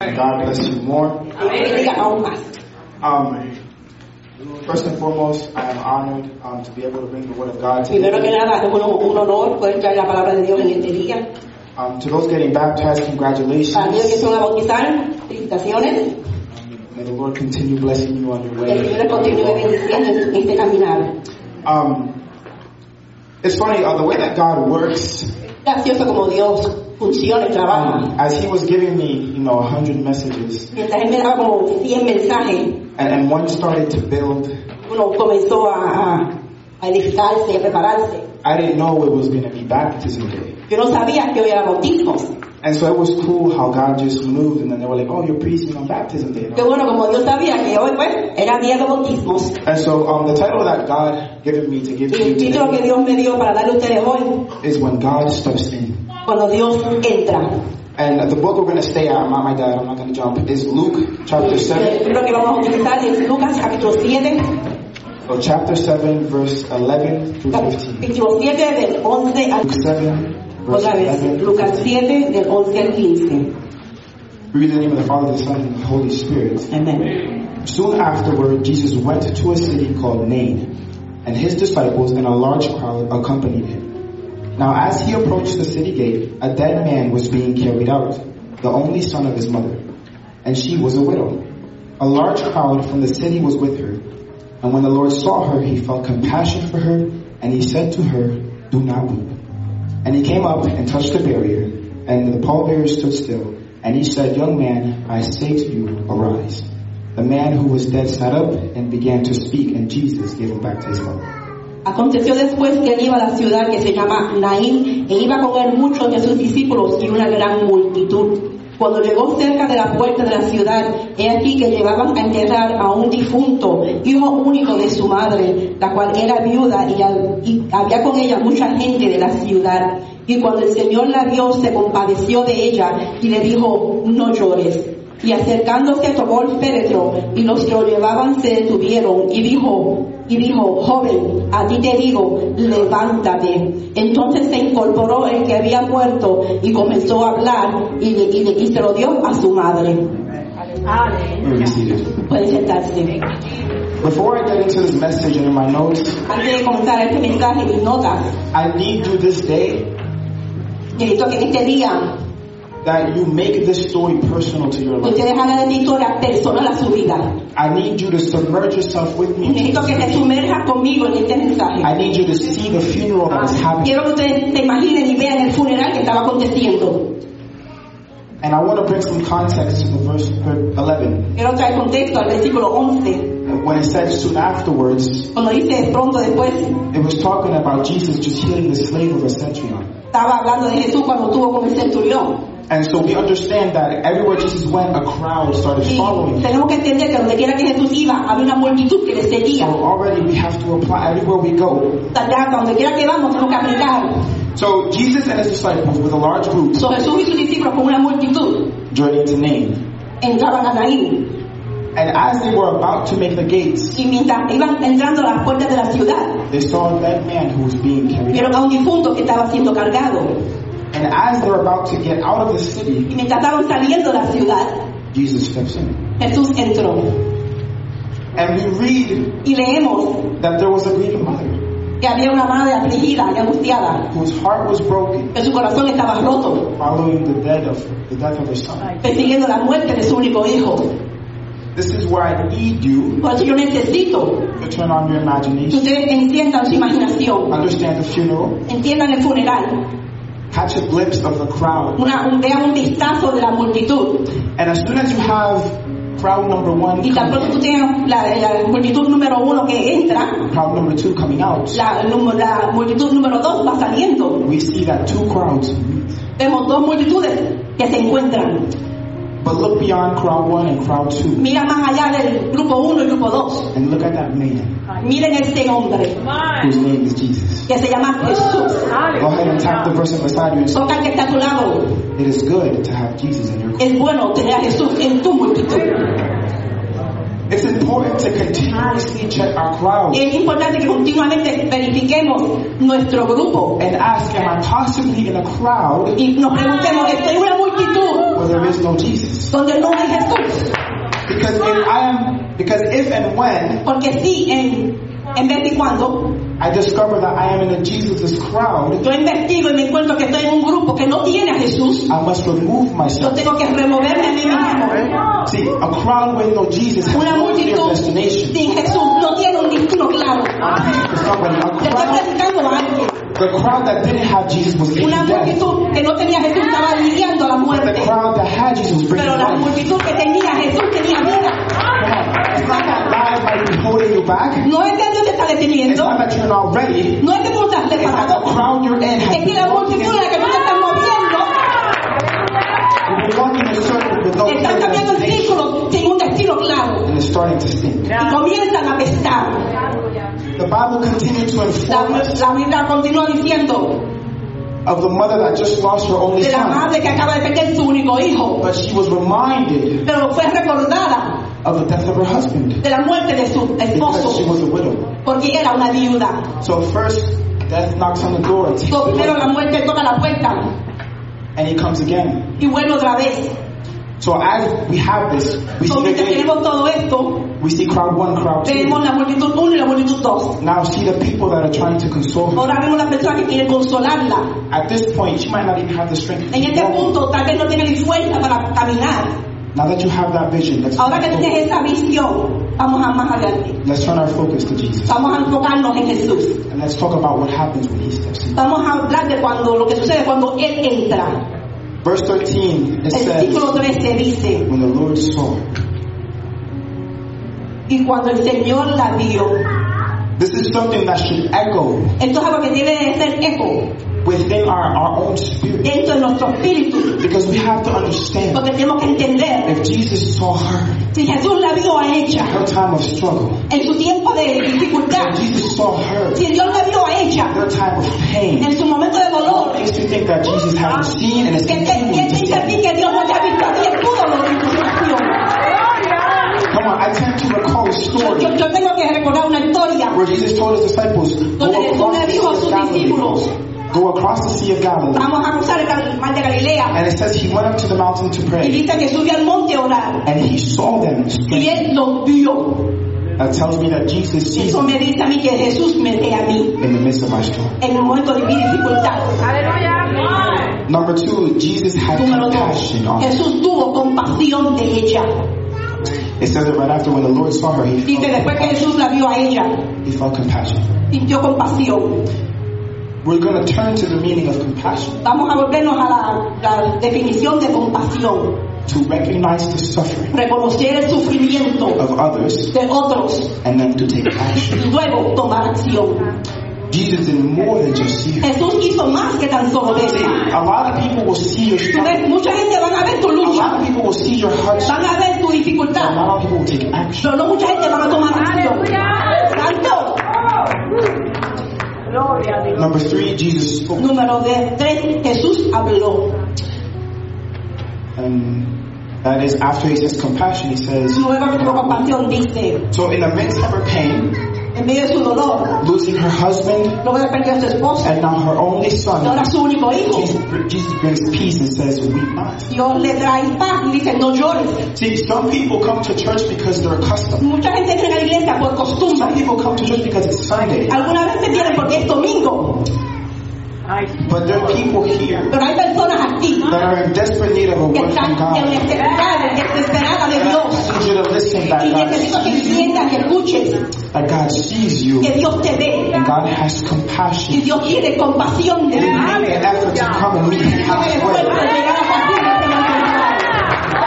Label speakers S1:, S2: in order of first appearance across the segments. S1: God bless you more.
S2: Amén. Diga aún más.
S1: Um, first and foremost, I am honored um, to be able to bring the word of God to
S2: Primero
S1: you.
S2: que nada, es un, un honor poder traer la palabra de Dios en este día.
S1: Um, to those getting baptized, congratulations.
S2: Para aquellos que se van a bautizar, felicitaciones.
S1: Um, May the Lord continue blessing you on your
S2: Que el Señor les
S1: way.
S2: continúe bendiciendo en este caminar.
S1: Um, it's funny, uh, the way that God works,
S2: Gracioso como Dios funciona y trabaja.
S1: um, as He was giving me, you know, a hundred messages,
S2: Mientras él me daba como 100 mensajes,
S1: and, and one started to build,
S2: uno comenzó a, a- a edificarse, a prepararse.
S1: I didn't know it was going to be baptism day.
S2: Yo no sabía que hoy era bautismo.
S1: And so it was cool how God just moved, and then they were like, oh, you're preaching on baptism day. And
S2: Qué
S1: I'm
S2: bueno, como Dios sabía que hoy pues, era día de bautismos.
S1: And so um, the title that God given me to give to
S2: Y
S1: you
S2: el título que
S1: today
S2: Dios me dio para darle a ustedes hoy,
S1: is When God Steps In.
S2: cuando Dios entra.
S1: And the book we're going to stay at, I'm not my dad, I'm not going to jump, is Luke chapter
S2: El
S1: 7.
S2: libro que vamos a utilizar es Lucas capítulo 7,
S1: So chapter 7, verse 11 through 15.
S2: capítulo 7 del 11 al
S1: Luke 7, verse
S2: Otra vez,
S1: 11 through
S2: Lucas
S1: 15.
S2: 7 del 11 al 15.
S1: Read the name of the Father, the Son, and the Holy Spirit.
S2: Amén.
S1: Soon afterward, Jesus went to a city called Nain, and his disciples and a large crowd accompanied him. Now, as he approached the city gate, a dead man was being carried out, the only son of his mother, and she was a widow. A large crowd from the city was with her, and when the Lord saw her, he felt compassion for her, and he said to her, Do not weep. And he came up and touched the barrier, and the pallbearer stood still. And he said, Young man, I say to you, arise. The man who was dead sat up and began to speak, and Jesus gave him back to his mother.
S2: Aconteció después que él iba a la ciudad que se llama Naín, e iba con él muchos de sus discípulos y una gran multitud. Cuando llegó cerca de la puerta de la ciudad, he aquí que llevaban a enterrar a un difunto, hijo único de su madre, la cual era viuda y, al- y había con ella mucha gente de la ciudad. Y cuando el Señor la vio, se compadeció de ella y le dijo, no llores. Y acercándose tomó el féretro y los que lo llevaban se detuvieron y dijo, y dijo, joven, a ti te digo, levántate. Entonces se incorporó el que había muerto y comenzó a hablar y, le- y, le- y se lo dio a su madre.
S1: You may be seated.
S2: Pueden sentarse.
S1: Before I get into this message and in my notes,
S2: Antes de comenzar este mensaje, mis notas,
S1: I need you this day
S2: necesito que en este día
S1: that you make this story personal to your life.
S2: ustedes hagan de esta historia personal a su vida.
S1: I need you to submerge yourself with me.
S2: Necesito que se sumerja conmigo en este mensaje.
S1: I need you to see the funeral that is happening.
S2: Quiero que ustedes se imaginen y vean el funeral que estaba aconteciendo.
S1: And I want to bring some context to the verse 11.
S2: Quiero traer contexto al versículo 11,
S1: When it says soon afterwards,
S2: cuando dice pronto después,
S1: It was talking about Jesus just healing the slave of a centurion.
S2: estaba hablando de Jesús cuando estuvo con el centurión.
S1: And so we understand that everywhere Jesus went, a crowd started
S2: Y
S1: following him.
S2: tenemos que entender que donde quiera que Jesús iba, había una multitud que le
S1: So
S2: seguía.
S1: already we have to apply everywhere we go.
S2: Allá, donde quiera que vamos, tenemos que aplicar.
S1: So Jesus and his disciples, with a large group,
S2: So, Jesús y sus discípulos con una multitud
S1: journeyed to Nain.
S2: entraban a Naín.
S1: And as they were about to make the gates,
S2: Y mientras iban entrando a las puertas de la ciudad,
S1: they saw a dead man who was being carried.
S2: vieron a un difunto que estaba siendo cargado.
S1: And as they were about to get out of the
S2: Y
S1: city,
S2: mientras estaban saliendo de la ciudad,
S1: Jesus steps in.
S2: Jesús entró.
S1: And we read
S2: Y leemos
S1: that there was a grieving mother
S2: que había una madre afligida y angustiada,
S1: whose heart was broken
S2: que su corazón estaba roto.
S1: following the death of the death of her son.
S2: persiguiendo la muerte de su único hijo.
S1: This is where I need you
S2: Por eso yo necesito
S1: to turn on your
S2: que
S1: imagination.
S2: ustedes entiendan su imaginación,
S1: Understand the funeral.
S2: entiendan el funeral,
S1: Catch a glimpse of the crowd.
S2: una, un- vean un vistazo de la multitud.
S1: And as soon as you have crowd number one,
S2: Y tan pronto tú
S1: coming
S2: tienes la, la multitud número uno que entra,
S1: in, crowd number two coming out,
S2: la, num- la multitud número dos va saliendo.
S1: we see that two crowds meet.
S2: Vemos dos multitudes que se encuentran.
S1: But look beyond crowd one and crowd two
S2: Mira más allá del grupo uno y grupo dos.
S1: and look at that man
S2: Miren este hombre
S1: whose name is Jesus.
S2: que se llama Jesús.
S1: Go ahead and tap the person beside you and say,
S2: Toca al que está a tu lado.
S1: It is good to have Jesus in your crowd.
S2: Es bueno tener a Jesús en tu multitud.
S1: It's important to continuously check our crowd
S2: Es importante que continuamente verifiquemos nuestro grupo
S1: and ask, Am I possibly in a crowd
S2: y nos preguntemos, ¿estoy en una multitud
S1: where where there is no Jesus.
S2: donde no hay Jesús.
S1: Because if I am, because if and when
S2: Porque si en, en vez de cuando
S1: I discover that I am in a Jesus' crowd,
S2: yo investigo y me encuentro que estoy en un grupo que no tiene a Jesús,
S1: I must remove
S2: yo
S1: myself.
S2: tengo que removerme a mí mismo.
S1: See, a crowd with no Jesus has
S2: Una
S1: no clear
S2: multitud
S1: destination.
S2: sin Jesús no tiene un destino claro.
S1: For somebody, a
S2: Le estoy
S1: crowd,
S2: predicando a alguien.
S1: the crowd that didn't have Jesus was leading
S2: Una
S1: death.
S2: multitud que no tenía a Jesús estaba lidiando a la
S1: The
S2: muerte.
S1: crowd that had Jesus was bringing
S2: Pero la
S1: life.
S2: multitud que tenía a Jesús tenía vida.
S1: Come on. It's not that life might be holding you back.
S2: No es que Dios te está
S1: It's
S2: deteniendo.
S1: not that you're not ready.
S2: No es que tú
S1: It's
S2: estás
S1: that the
S2: separado.
S1: crowd you're in has
S2: Es que
S1: been
S2: la multitud en la que tú te estás moviendo
S1: You've been walking in a circle with no
S2: están
S1: clear
S2: cambiando el
S1: destination.
S2: círculo sin un destino claro.
S1: And it's starting to stink.
S2: Y comienzan a pestar.
S1: The Bible continues to
S2: La,
S1: inform us
S2: la Biblia continúa diciendo
S1: of the mother that just lost her only
S2: de la
S1: son.
S2: madre que acaba de perder su único hijo,
S1: But she was reminded
S2: pero fue recordada
S1: of the death of her husband
S2: de la muerte de su
S1: because she
S2: esposo
S1: was a widow.
S2: porque era una viuda.
S1: So first, death knocks on the door and takes
S2: So,
S1: the
S2: primero la
S1: woman,
S2: muerte toca la puerta
S1: and he comes again.
S2: y vuelve otra vez.
S1: So as we have this, we
S2: So,
S1: see
S2: mientras
S1: again,
S2: tenemos todo esto,
S1: we see crowd one, crowd two.
S2: tenemos la multitud 1 y la multitud 2.
S1: Now see the people that are trying to console her.
S2: Ahora vemos las personas que quieren consolarla.
S1: At this point, she might not even have the strength. to
S2: En
S1: keep
S2: este
S1: walking.
S2: punto tal vez no tienes ni fuerza para caminar.
S1: Now that you have that vision, let's
S2: Ahora que
S1: let's
S2: tienes esa visión, vamos a más adelante.
S1: turn our focus to Jesus
S2: Vamos a enfocarnos en Jesús.
S1: and let's talk about what happens when he steps in.
S2: Vamos a hablar de cuando lo que sucede cuando Él entra.
S1: Verse 13, it
S2: El
S1: says,
S2: versículo 13 dice,
S1: when the Lord saw.
S2: y cuando el Señor la vio.
S1: This is something that should echo
S2: Esto es algo que tiene que ser eco
S1: within our, our own spirit.
S2: dentro de nuestro espíritu,
S1: Because we have to understand
S2: porque tenemos que entender,
S1: if Jesus saw her
S2: si Jesús la vio a
S1: in
S2: ella
S1: her time of struggle,
S2: en su tiempo de dificultad,
S1: if Jesus saw her
S2: si Dios la vio a
S1: in
S2: ella
S1: her time of pain,
S2: en su momento de dolor,
S1: it makes me think that Jesus hasn't seen and is
S2: ¿Qué te,
S1: continuing
S2: qué te
S1: to
S2: dice a
S1: see.
S2: ti que Dios no te ha visto a ti en tu dolor y tu situación?
S1: Come on, I tend to recall a
S2: Yo,
S1: story
S2: yo- yo tengo que recordar una historia
S1: where Jesus told his disciples, go
S2: donde
S1: across
S2: Jesús le
S1: the
S2: dijo a
S1: Sea
S2: sus
S1: of Galilee.
S2: discípulos,
S1: Go across the Sea of Galilee.
S2: vamos a cruzar el Gal- mar de Galilea,
S1: And it says he went up to the mountain to
S2: y
S1: pray.
S2: dice que subió al monte a orar,
S1: And he saw them.
S2: y él los vio.
S1: That tells me that Jesus sees
S2: Eso
S1: me
S2: me dice a mí que Jesús me ve a mí
S1: in the midst of my storm.
S2: en el momento de mi dificultad.
S1: Number two, Jesus had
S2: Número dos,
S1: compassion on her.
S2: Jesús tuvo compasión de ella.
S1: It says it right after when the Lord saw her, he
S2: Dice
S1: felt,
S2: después que Jesús la vio a ella,
S1: he felt compassion.
S2: sintió compasión.
S1: We're going to turn to the meaning of compassion
S2: Vamos a volvernos a la- la definición de compasión.
S1: to recognize the suffering
S2: reconocer el sufrimiento
S1: of others
S2: de otros
S1: and then to take action.
S2: y luego tomar acción.
S1: Jesus did more than just see her.
S2: Jesús hizo más que tan solo eso.
S1: A lot of people will see your
S2: Tú
S1: struggle.
S2: ves, mucha gente van a ver tu
S1: A lot
S2: lucha,
S1: of people will see your hardship.
S2: van a ver tu
S1: A
S2: dificultad,
S1: lot of people will take action.
S2: pero no mucha gente van a tomar acción. Santo.
S1: Number three, Jesus spoke.
S2: Número de tres, Jesús habló.
S1: And that is after he says compassion, he says,
S2: Luego que tuvo compasión dice,
S1: so in the midst of her pain,
S2: en medio de su dolor,
S1: losing her husband
S2: luego de perder a su esposa
S1: and now her only
S2: y ahora
S1: son,
S2: su único hijo,
S1: Jesus, Jesus brings peace and says, weep not.
S2: Dios le trae paz y dice, no llores.
S1: See, some people come to church because they're accustomed.
S2: Mucha gente entra a la iglesia por
S1: Some
S2: costumbre.
S1: people come to church because it's Sunday.
S2: Algunas veces vienen porque es domingo,
S1: But there are people here
S2: Pero hay personas aquí
S1: that are in desperate need of a
S2: que
S1: word from
S2: están en
S1: God.
S2: necesidad, en desesperada de Dios.
S1: I need you to listen that
S2: Y
S1: God
S2: necesito que
S1: sees you,
S2: entiendas, que escuches,
S1: that God sees you,
S2: que Dios te ve.
S1: and God has
S2: Y
S1: compassion.
S2: Dios tiene compasión de
S1: He
S2: ti.
S1: didn't make an effort to come and meet you
S2: No te
S1: halfway.
S2: esfuerzas en llegar hasta aquí, no te vas a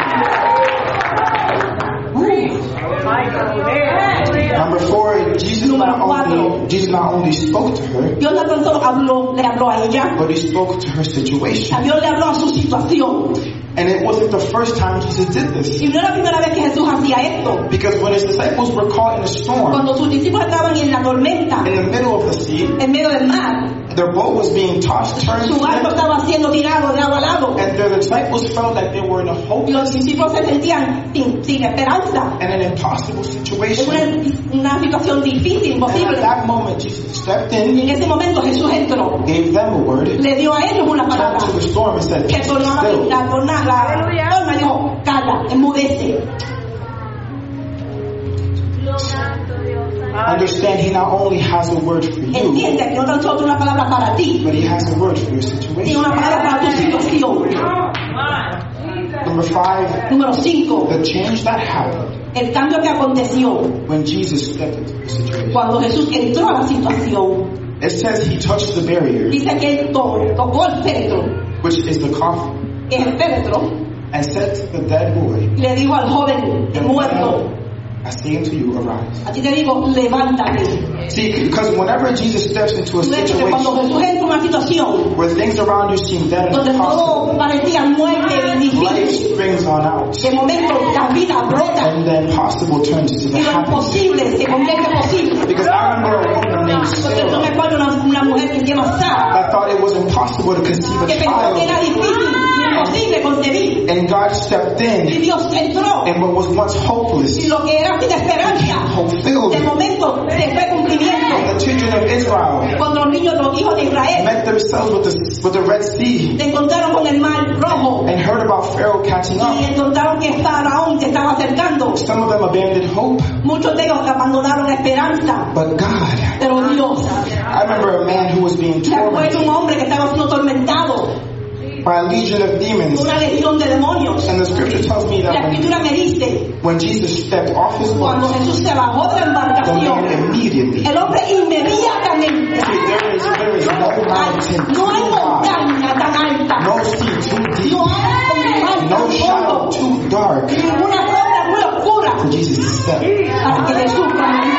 S2: encontrar. este
S1: Number four, Jesus not only Jesus not only spoke to her,
S2: Dios no tan solo habló, le habló a ella,
S1: but he spoke to her situation.
S2: a Dios le habló a su situación.
S1: And it wasn't the first time Jesus did this.
S2: Y no era la primera vez que Jesús hacía esto.
S1: Because when his disciples were caught in a storm
S2: Cuando sus discípulos estaban en la tormenta,
S1: in the middle of the sea,
S2: en medio del mar,
S1: their boat was being tossed, turned,
S2: su barco estaba siendo tirado de lado a lado.
S1: and their disciples felt like they were in a
S2: Y
S1: hopeless
S2: los discípulos se sentían sin, sin esperanza.
S1: and an impossible
S2: Es
S1: situation.
S2: una, una situación difícil,
S1: And at
S2: imposible.
S1: that moment, Jesus stepped
S2: Y
S1: in,
S2: en ese momento Jesús entró,
S1: gave them a word,
S2: le dio a ellos una
S1: turned
S2: palabra
S1: to the storm and said,
S2: que
S1: "Peace be
S2: tornaba
S1: still.
S2: la, torna- la palma dijo, calla, enmudece.
S1: Understand He not only has a word for you,
S2: Entiende que no tan solo tiene una palabra para ti,
S1: but He has a word for your
S2: tiene
S1: situation.
S2: una palabra para tu situación.
S1: Number five,
S2: Número 5.
S1: the change that happened
S2: El cambio que aconteció
S1: when Jesus stepped into the situation.
S2: cuando Jesús entró a la situación.
S1: It says He touched the barrier,
S2: Dice que él to- tocó el féretro,
S1: which is the coffin,
S2: que es el féretro,
S1: and said to the dead boy,
S2: y le dijo al joven el muerto,
S1: I say unto you, arise.
S2: a ti te digo, levántate.
S1: See, because whenever Jesus steps into a
S2: Tú ves que cuando
S1: situation
S2: Jesús entra en una situación
S1: where things around you seem dead and
S2: donde todo
S1: impossible,
S2: parecía muerte y
S1: life
S2: difícil,
S1: springs on out,
S2: de momento la vida brota
S1: and the impossible turns to the
S2: y lo
S1: happy.
S2: imposible se convierte en posible.
S1: Because I remember a woman named
S2: Porque yo me
S1: Sarah
S2: acuerdo una, una mujer que se llama Sara,
S1: that thought it was impossible to conceive
S2: que
S1: a
S2: pensó que era
S1: child,
S2: difícil, imposible concebir.
S1: and God stepped
S2: Y
S1: in,
S2: Dios entró
S1: and what was once hopeless
S2: y lo que era sin esperanza,
S1: fulfilled.
S2: de momento se fue cumplimiento.
S1: The children of Israel
S2: Cuando los niños, los hijos de Israel,
S1: met themselves with the, with the Red Sea
S2: se encontraron con el mar rojo
S1: and heard about Pharaoh catching
S2: y
S1: up.
S2: encontraron que Faraón se estaba acercando.
S1: Some of them abandoned hope,
S2: Muchos de ellos abandonaron la esperanza,
S1: but God.
S2: pero Dios.
S1: I remember a man who was being
S2: Me acuerdo
S1: tormented.
S2: un hombre que estaba siendo tormentado
S1: by a legion of demons.
S2: por una legión de demonios.
S1: And the scripture tells me
S2: La
S1: that when,
S2: escritura me dice,
S1: when Jesus stepped off his
S2: cuando
S1: boat,
S2: Jesús se bajó de la
S1: the man
S2: embarcación,
S1: immediately.
S2: el hombre inmediatamente,
S1: See, there is, there is no mountain too
S2: no hay
S1: high,
S2: montaña tan alta,
S1: no sea too deep,
S2: no hay mar
S1: no
S2: tan
S1: shadow
S2: hondo,
S1: too dark
S2: ninguna sombra muy oscura
S1: for Jesus to step.
S2: para que Jesús camine.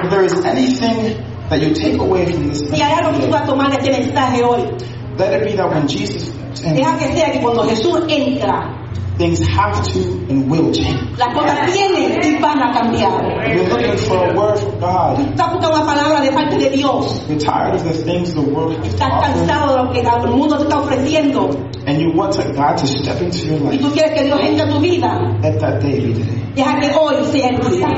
S1: If there is anything that you take away from this,
S2: Si hay algo que tú vas a tomar de este mensaje hoy,
S1: let it be that when Jesus steps in,
S2: deja que sea que cuando Jesús entra,
S1: things have to and will change.
S2: las cosas tienen y van a cambiar.
S1: You're looking for a word from God.
S2: Estás buscando una palabra de parte de Dios.
S1: You're tired of the things the world has to
S2: Estás
S1: offer,
S2: cansado de lo que el mundo te está ofreciendo
S1: and you want God to step into your
S2: y
S1: life.
S2: tú quieres que Dios entre a tu vida.
S1: Let that day be today.
S2: Deja que hoy sea el día.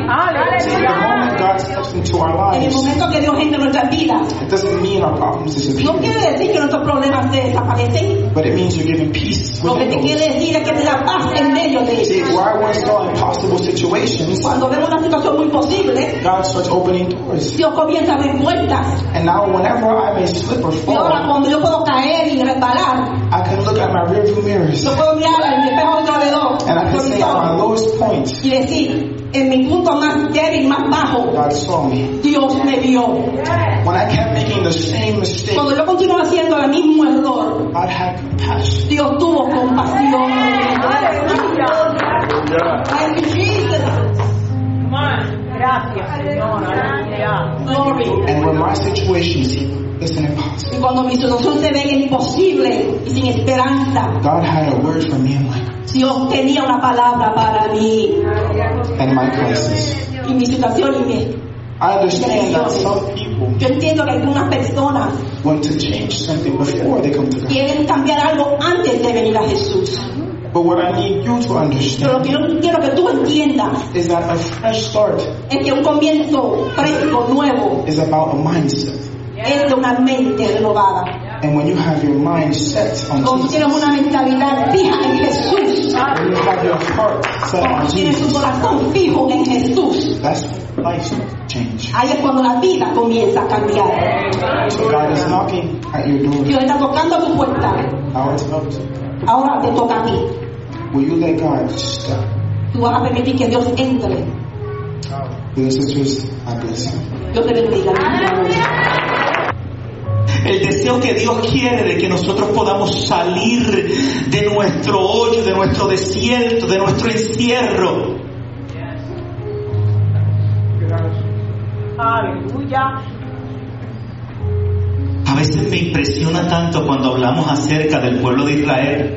S1: See, the moment God steps into our
S2: En el
S1: lives,
S2: momento que Dios entre en nuestras vidas,
S1: it doesn't mean our problems
S2: no
S1: disappear,
S2: quiere decir que nuestros problemas se desaparecen.
S1: but it means you're given peace
S2: Lo que
S1: within
S2: te
S1: those.
S2: quiere decir es que te da paz en medio de
S1: See,
S2: ellos.
S1: where I once saw impossible situations,
S2: Cuando vemos una situación muy posible,
S1: God starts opening doors.
S2: Dios comienza a abrir puertas.
S1: And now, whenever I may slip or
S2: Y ahora
S1: fall,
S2: cuando yo puedo caer y resbalar,
S1: I can look at my rearview mirrors
S2: yo puedo mirar al espejo alrededor
S1: and I can say, at my lowest point,
S2: y decir, en mi punto más débil, más bajo,
S1: God saw me.
S2: Dios me vio.
S1: When I kept making the same mistake,
S2: Cuando yo continuo haciendo el mismo error,
S1: God had compassion.
S2: Dios tuvo compasión. Thank you, Jesus.
S3: Gracias, Señor. Aleluya.
S2: Glory.
S1: And when my situation seemed it's an impossible,
S2: Y cuando mi situación se ve imposible y sin esperanza,
S1: God had a word for me in my,
S2: Dios tenía una palabra para mí
S1: in my crisis.
S2: y mi situación. Y mi...
S1: I understand that some people
S2: Yo entiendo que algunas personas
S1: want to change something before they come to God.
S2: quieren cambiar algo antes de venir a Jesús.
S1: But what I need you to
S2: Pero lo
S1: understand
S2: que yo quiero que tú entiendas
S1: is that a fresh start
S2: es que un comienzo fresco, nuevo,
S1: is about a mindset.
S2: es de una mente renovada.
S1: And when you have your mind set on
S2: Cuando tú
S1: Jesus,
S2: tienes una mentalidad fija en Jesús,
S1: when you have your heart set on
S2: Cuando tienes tu
S1: Jesus,
S2: corazón fijo en Jesús,
S1: that's when life change.
S2: ahí es cuando la vida comienza a cambiar.
S1: So God is knocking at your door.
S2: Dios está tocando a tu puerta.
S1: Now it's up to you.
S2: Ahora te toca a ti.
S1: Will you let God step?
S2: Tú vas a permitir que Dios entre.
S1: Brothers and sisters, I bless you.
S2: Dios te bendiga.
S4: El deseo que Dios quiere de que nosotros podamos salir de nuestro hoyo, de nuestro desierto, de nuestro encierro.
S3: Aleluya.
S4: A veces me impresiona tanto cuando hablamos acerca del pueblo de Israel.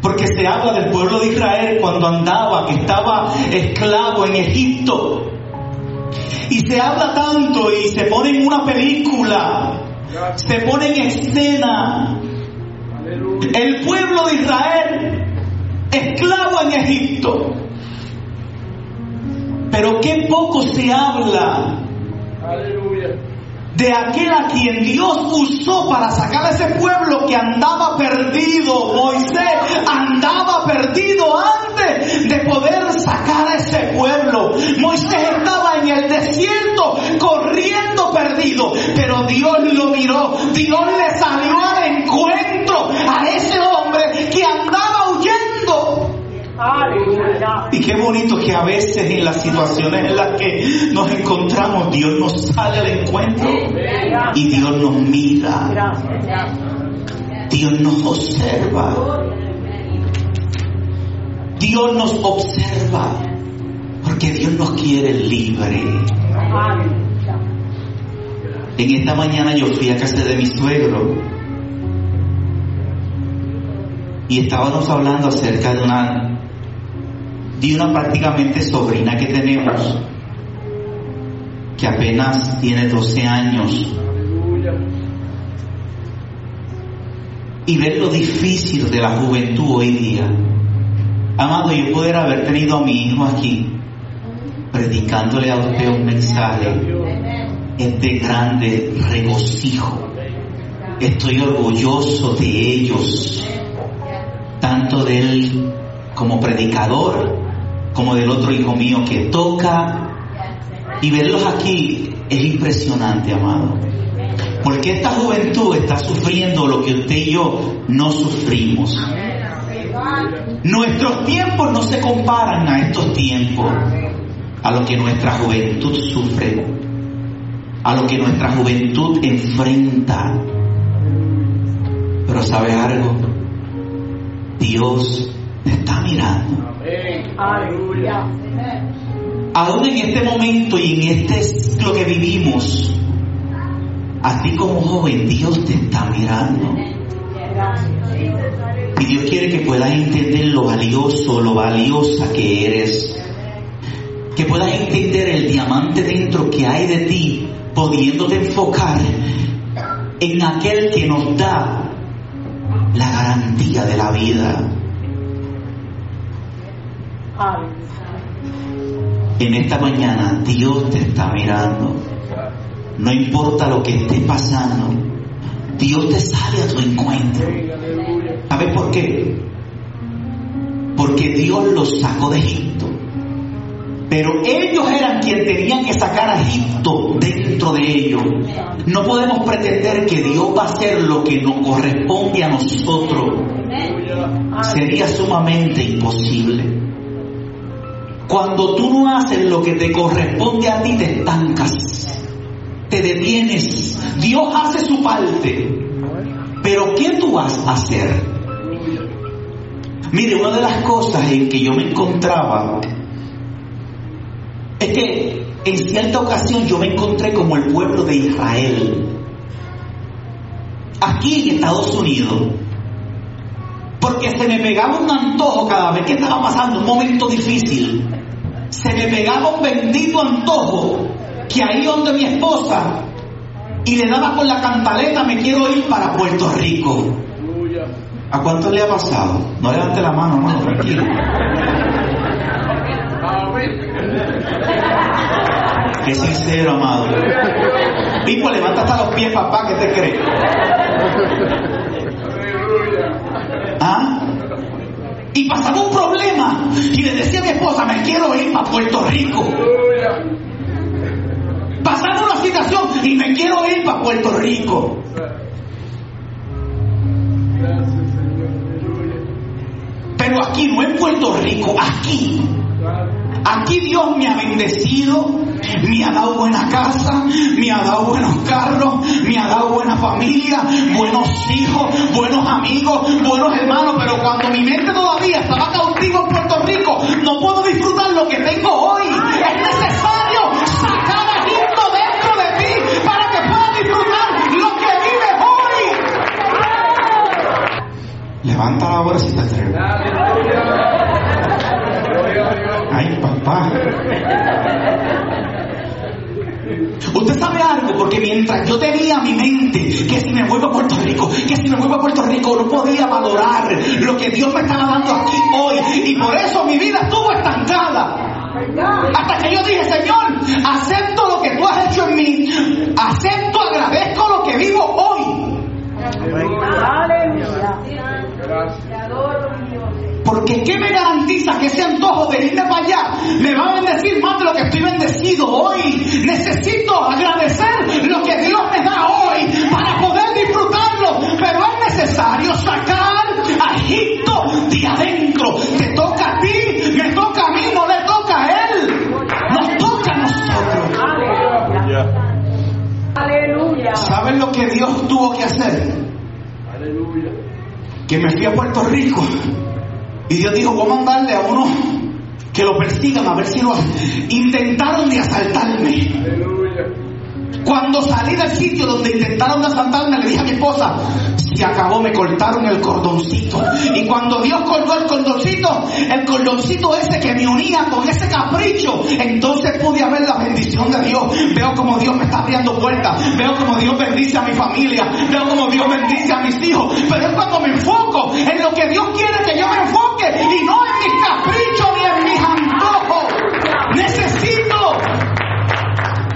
S4: Porque se habla del pueblo de Israel cuando andaba, que estaba esclavo en Egipto. Y se habla tanto y se pone en una película, se pone en escena. El pueblo de Israel, esclavo en Egipto. Pero qué poco se habla de aquel a quien Dios usó para sacar a ese pueblo que andaba perdido. Moisés andaba perdido antes de poder sacar a ese pueblo. Moisés estaba en el desierto corriendo perdido, pero Dios lo miró, Dios le salió al encuentro a ese hombre que andaba huyendo.
S3: Aleluya.
S4: Y qué bonito que a veces en las situaciones en las que nos encontramos, Dios nos sale al encuentro y Dios nos mira,
S3: Gracias.
S4: Dios nos observa, Dios nos observa, porque Dios nos quiere libre.
S3: Aleluya.
S4: En esta mañana yo fui a casa de mi suegro y estábamos hablando acerca de una de una prácticamente sobrina que tenemos que apenas tiene 12 años y ver lo difícil de la juventud hoy día. Amado, yo pudiera haber tenido a mi hijo aquí predicándole a usted un mensaje es de este grande regocijo. Estoy orgulloso de ellos, tanto de él como predicador, como del otro hijo mío que toca. Y verlos aquí es impresionante, amado. Porque esta juventud está sufriendo lo que usted y yo no sufrimos. Nuestros tiempos no se comparan a estos tiempos, a lo que nuestra juventud sufre a lo que nuestra juventud enfrenta. Pero ¿sabe algo? Dios te está mirando.
S3: Aleluya.
S4: Aún en este momento y en este ciclo que vivimos, a ti como joven Dios te está mirando. Y Dios quiere que puedas entender lo valioso, lo valiosa que eres. Que puedas entender el diamante dentro que hay de ti, pudiéndote enfocar en aquel que nos da la garantía de la vida.
S3: Aleluya.
S4: En esta mañana Dios te está mirando. No importa lo que esté pasando, Dios te sale a tu encuentro. ¿Sabes por qué? Porque Dios los sacó de Egipto. Pero ellos eran quienes tenían que sacar a Egipto dentro de ellos. No podemos pretender que Dios va a hacer lo que nos corresponde a nosotros. Sería sumamente imposible. Cuando tú no haces lo que te corresponde a ti, te estancas, te detienes. Dios hace su parte. Pero ¿qué tú vas a hacer? Mire, una de las cosas en que yo me encontraba es que en cierta ocasión yo me encontré como el pueblo de Israel, aquí en Estados Unidos, porque se me pegaba un antojo cada vez que estaba pasando un momento difícil. Se me pegaba un bendito antojo que ahí donde mi esposa y le daba con la cantaleta me quiero ir para Puerto Rico. ¿A cuánto le ha pasado? No levante la mano, hermano, tranquilo. Qué sincero, amado. Pipo, levanta hasta los pies, papá, ¿qué te crees? ¿Ah? Y pasaba un problema y le decía a mi esposa, me quiero ir para Puerto Rico. Pasaba una situación y me quiero ir para Puerto Rico. Pero aquí no en Puerto Rico, aquí. Aquí Dios me ha bendecido, me ha dado buena casa, me ha dado buenos carros, me ha dado buena familia, buenos hijos, buenos amigos, buenos hermanos, pero cuando mi mente todavía estaba cautivo en Puerto Rico, no puedo disfrutar lo que tengo hoy. Es necesario sacar a Cristo dentro de ti para que puedas disfrutar lo que vives hoy. Levanta la voz si te atreves. Ay, papá. Usted sabe algo, porque mientras yo tenía mi mente que si me vuelvo a Puerto Rico, que si me vuelvo a Puerto Rico, no podía valorar lo que Dios me estaba dando aquí hoy. Y por eso mi vida estuvo estancada. Hasta que yo dije, Señor, acepto lo que tú has hecho en mí. Acepto, agradezco lo que vivo hoy. Porque ¿qué me garantiza que ese antojo de irme para allá me va a bendecir más de lo que estoy bendecido hoy? Necesito agradecer lo que Dios me da hoy para poder disfrutarlo. Pero es necesario sacar a Egipto de adentro. Te toca a ti, me toca a mí, no le toca a él. Nos toca a nosotros.
S3: Aleluya.
S4: ¿Saben lo que Dios tuvo que hacer? Que me fui a Puerto Rico y Dios dijo, voy a mandarle a uno que lo persigan a ver si lo intentaron de asaltarme. Cuando salí del sitio donde intentaron de asaltarme, le dije a mi esposa, se acabó, me cortaron el cordoncito. Y cuando Dios cortó el cordoncito, el cordoncito ese que me unía con ese capricho, entonces pude haber la bendición de Dios. Veo como Dios me está abriendo puertas, veo como Dios bendice a mi familia, veo como Dios bendice a mis hijos. Pero es cuando me enfoco en lo que Dios quiere que yo me enfoque y no en mis caprichos ni en mis antojos. Necesito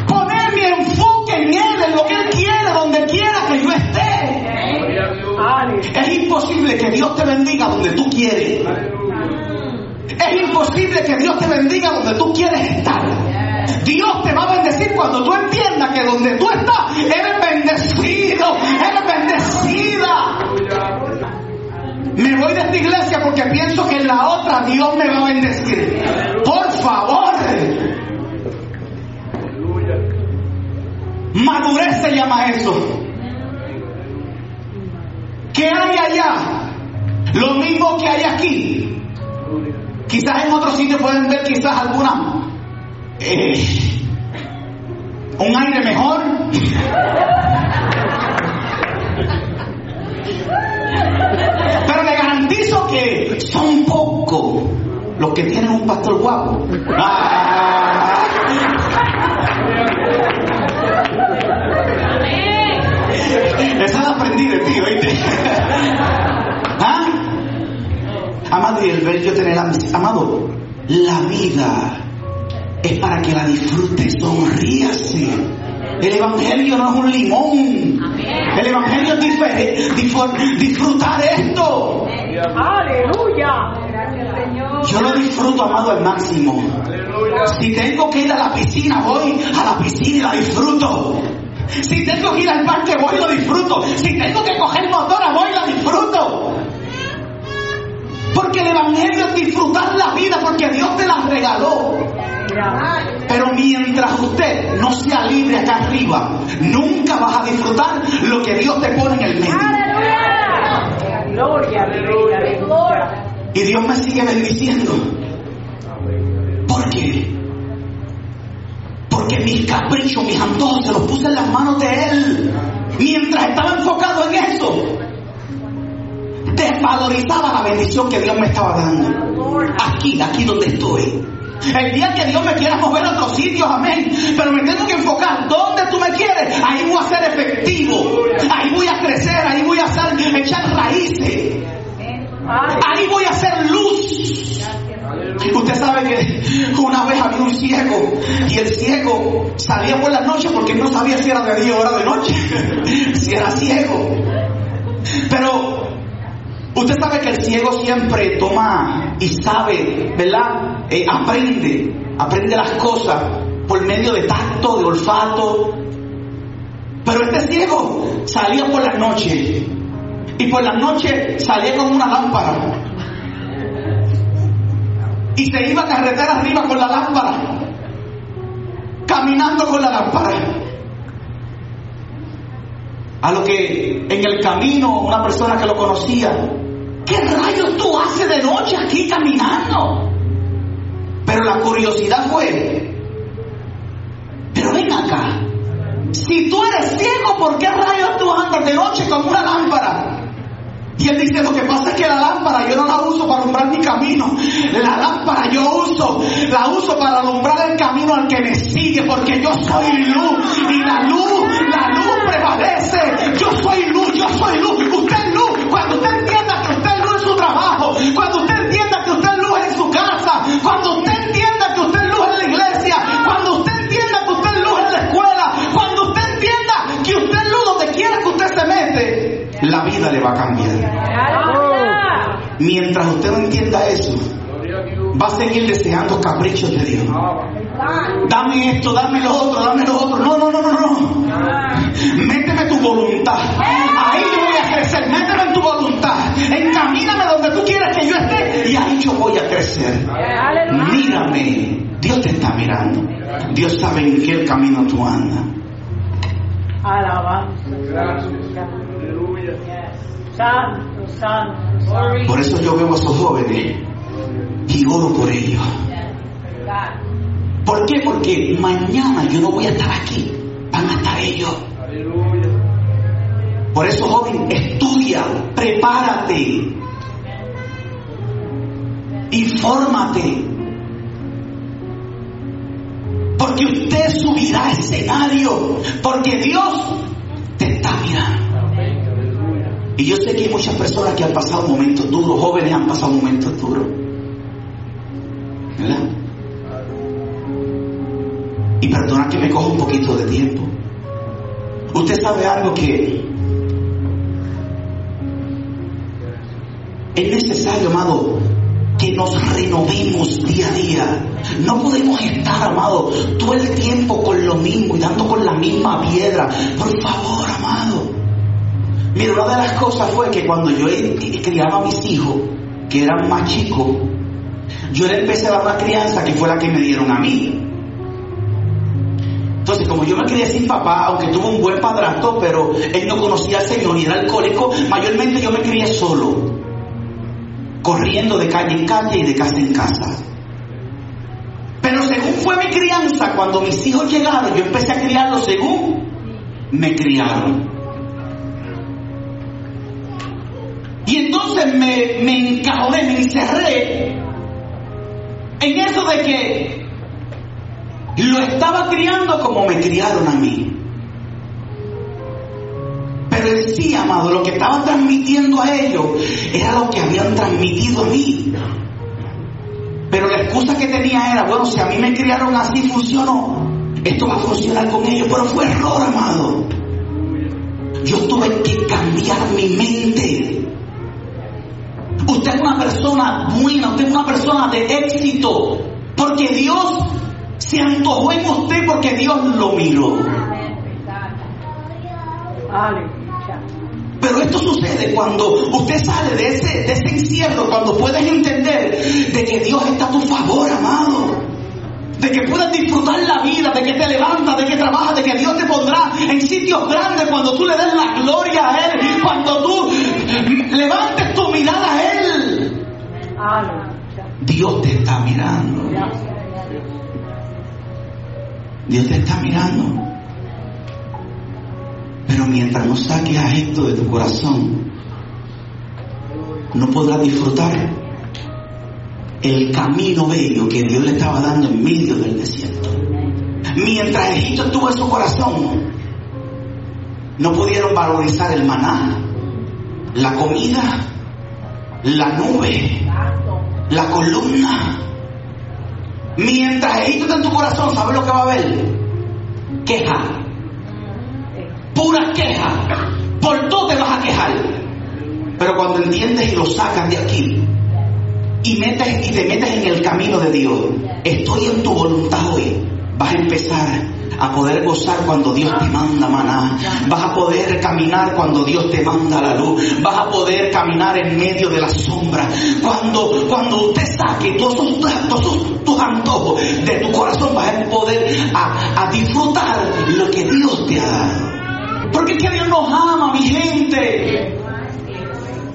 S4: poner mi enfoque en Él, en lo que Él quiere, donde quiera que yo esté. Es imposible que Dios te bendiga donde tú quieres. Es imposible que Dios te bendiga donde tú quieres estar. Dios te va a bendecir cuando tú entiendas que donde tú estás eres bendecido, eres bendecida. Me voy de esta iglesia porque pienso que en la otra Dios me va a bendecir. Por favor, Madurez se llama eso. ¿Qué hay allá? Lo mismo que hay aquí. Quizás en otros sitios pueden ver quizás alguna... eh, un aire mejor. Pero le garantizo que son pocos los que tienen un pastor guapo. Ah. Esa la aprendí de ti, oíste. ¿Ah? Amado, y el ver yo tener amistad. Amado, la vida es para que la disfrutes, sonríase. El evangelio no es un limón. El evangelio es difer- difor- disfrutar esto.
S3: Aleluya.
S4: Yo lo disfruto, amado, al máximo. Si tengo que ir a la piscina, voy a la piscina y la disfruto. Si tengo que ir al parque, voy y lo disfruto. Si tengo que coger motora, voy y la disfruto. Porque el Evangelio es disfrutar la vida porque Dios te la regaló. Pero mientras usted no sea libre acá arriba, nunca vas a disfrutar lo que Dios te pone en el medio.
S3: Gloria, aleluya. Gloria.
S4: Y Dios me sigue bendiciendo. ¿Por qué? Porque mis caprichos, mis antojos se los puse en las manos de Él. Mientras estaba enfocado en eso, desvalorizaba la bendición que Dios me estaba dando. Aquí, aquí donde estoy. El día que Dios me quiera mover a otros sitios, amén. Pero me tengo que enfocar donde tú me quieres. Ahí voy a ser efectivo. Ahí voy a crecer. Ahí voy a hacer- echar raíces. Ahí voy a hacer luz. Usted sabe que una vez había un ciego y el ciego salía por las noches porque no sabía si era de día o era de noche, si era ciego. Pero usted sabe que el ciego siempre toma y sabe, ¿verdad? Eh, aprende, aprende las cosas por medio de tacto, de olfato. Pero este ciego salía por las noches y por las noches salía con una lámpara. Y se iba a carretera arriba con la lámpara. Caminando con la lámpara. A lo que en el camino una persona que lo conocía, ¿qué rayos tú haces de noche aquí caminando? Pero la curiosidad fue, pero ven acá, si tú eres ciego, ¿por qué rayos tú andas de noche con una lámpara? Y él dice, lo que pasa es que la lámpara yo no la uso para alumbrar mi camino. La lámpara yo uso, la uso para alumbrar el camino al que me sigue, porque yo soy luz. Y la luz, la luz prevalece. Yo soy luz, yo soy luz. Usted es luz. Cuando usted entienda que usted es luz en su trabajo, cuando usted entienda que usted es luz en su casa, cuando usted entienda que usted es luz Mientras usted no entienda eso, va a seguir deseando caprichos de Dios. Dame esto, dame lo otro, dame lo otro. No, no, no, no, no. Méteme tu voluntad. Ahí yo voy a crecer. Méteme en tu voluntad. Encamíname donde tú quieras que yo esté. Y ahí yo voy a crecer. Mírame. Dios te está mirando. Dios sabe en qué camino tú andas.
S3: Alaba. Santo, santo. Glory.
S4: Por eso yo veo a esos jóvenes y oro por ellos.
S3: God.
S4: ¿Por qué? Porque mañana yo no voy a estar aquí. Van a estar ellos. Por eso, joven, estudia, prepárate, infórmate. Porque usted subirá a escenario, porque Dios te está mirando. Y yo sé que hay muchas personas que han pasado momentos duros, jóvenes han pasado momentos duros. ¿Verdad? Y perdona que me coja un poquito de tiempo. Usted sabe algo que es necesario, amado, que nos renovemos día a día. No podemos estar, amado, todo el tiempo con lo mismo y dando con la misma piedra. Por favor, amado. Mira, una de las cosas fue que cuando yo eh, eh, criaba a mis hijos, que eran más chicos, yo le empecé a dar la crianza que fue la que me dieron a mí. Entonces, como yo me crié sin papá, aunque tuve un buen padrastro, pero él no conocía al Señor ni era alcohólico, mayormente yo me crié solo, corriendo de calle en calle y de casa en casa. Pero según fue mi crianza, cuando mis hijos llegaron, yo empecé a criarlos según me criaron. Y entonces me, me encajoné, me encerré en eso de que lo estaba criando como me criaron a mí. Pero en sí, amado, lo que estaba transmitiendo a ellos era lo que habían transmitido a mí. Pero la excusa que tenía era, bueno, si a mí me criaron así, funcionó. Esto va a funcionar con ellos, pero fue error, amado. Yo tuve que cambiar mi mente. Usted es una persona buena, usted es una persona de éxito, porque Dios se antojó en usted porque Dios lo miró.
S3: Aleluya.
S4: Pero esto sucede cuando usted sale de ese, de ese encierro, cuando puedes entender de que Dios está a tu favor, amado. De que puedes disfrutar la vida, de que te levantas, de que trabajas, de que Dios te pondrá en sitios grandes cuando tú le des la gloria a Él, cuando tú levantes tu mirada a Él.
S3: Aleluya.
S4: Dios te está mirando. Dios te está mirando. Pero mientras no saques a esto de tu corazón, no podrás disfrutar el camino bello que Dios le estaba dando en medio del desierto. Mientras Egipto tuvo en su corazón, no pudieron valorizar el maná, la comida, la nube,
S3: Santo.
S4: la columna. Mientras Egipto está en tu corazón, ¿sabes lo que va a haber? Queja. Pura queja. Por todo te vas a quejar. Pero cuando entiendes y lo sacas de aquí y, metes, y te metes en el camino de Dios, estoy en tu voluntad hoy, vas a empezar a poder gozar cuando Dios te manda maná, vas a poder caminar cuando Dios te manda la luz, vas a poder caminar en medio de la sombra. Cuando, cuando usted saque todos, sus- todos sus- tus antojos de tu corazón, vas a poder a, a disfrutar lo que Dios te ha dado. Porque es que Dios nos ama, mi gente.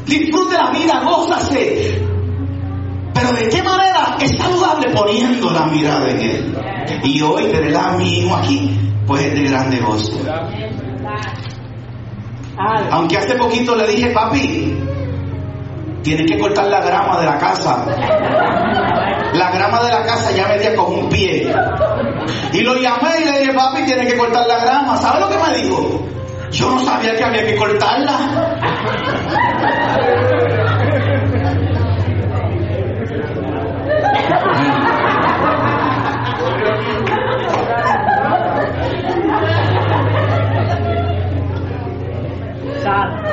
S4: Disfrute la vida, gózase. Pero de qué manera es saludable poniendo la mirada en Él. Y hoy tener a mi hijo aquí, pues es de grande gozo.
S3: Aleluya.
S4: Aunque hace poquito le dije, papi, tienes que cortar la grama de la casa. La grama de la casa ya medía con un pie. Y lo llamé y le dije, papi, tienes que cortar la grama. ¿Sabes lo que me dijo? Yo no sabía que había que cortarla.
S3: Santo.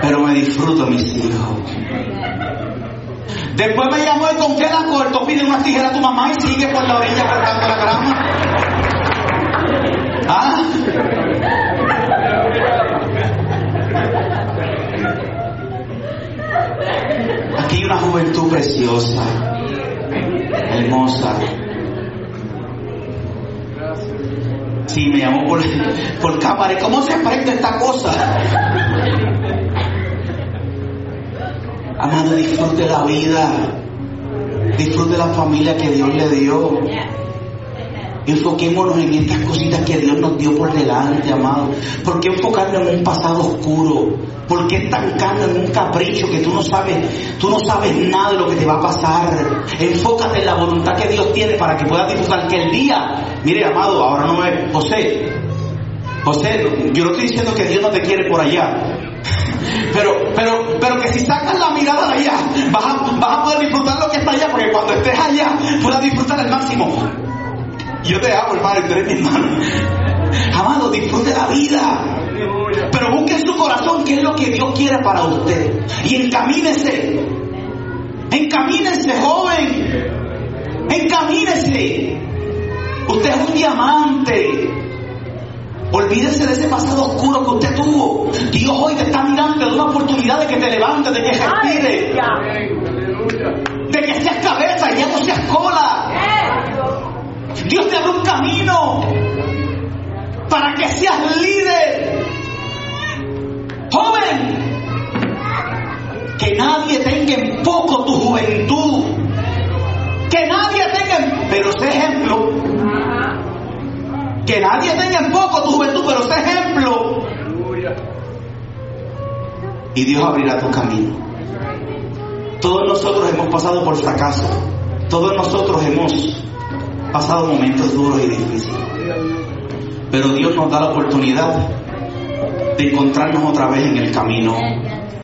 S4: Pero me disfruto mis hijos. Después me llamó y con queda corto, pide unas tijeras a tu mamá y sigue por la orilla cortando la grama. ¿Ah? Aquí hay una juventud preciosa, hermosa. Sí, me llamó por, por cámara. ¿Cómo se prende esta cosa? Amado, disfrute la vida. Disfrute la familia que Dios le dio. Enfoquémonos en estas cositas que Dios nos dio por delante, amado. ¿Por qué enfocarnos en un pasado oscuro? ¿Por qué estancarnos en un capricho que tú no sabes, tú no sabes nada de lo que te va a pasar? Enfócate en la voluntad que Dios tiene para que puedas disfrutar que el día. Mire, amado, ahora no me, José, José, yo no estoy diciendo que Dios no te quiere por allá. Pero, pero, pero que si sacas la mirada de allá, vas a, vas a poder disfrutar lo que está allá, porque cuando estés allá, puedas disfrutar al máximo. Yo te amo, hermano, y tú eres mi hermano. Amado, disfrute la vida. Pero busque en su corazón qué es lo que Dios quiere para usted. Y encamínese. Encamínese, joven. Encamínese. Usted es un diamante. Olvídese de ese pasado oscuro que usted tuvo. Dios hoy te está mirando de una oportunidad de que te levantes, de que se
S3: Aleluya.
S4: respire, de que seas cabeza y ya no seas cola. Dios te abre un camino para que seas líder. Joven, que nadie tenga en poco tu juventud. Que nadie tenga en... Pero sé ejemplo. Que nadie tenga en poco tu juventud, pero sé ejemplo. Y Dios abrirá tu camino. Todos nosotros hemos pasado por fracaso. Todos nosotros hemos pasado momentos duros y difíciles. Pero Dios nos da la oportunidad de encontrarnos otra vez en el camino.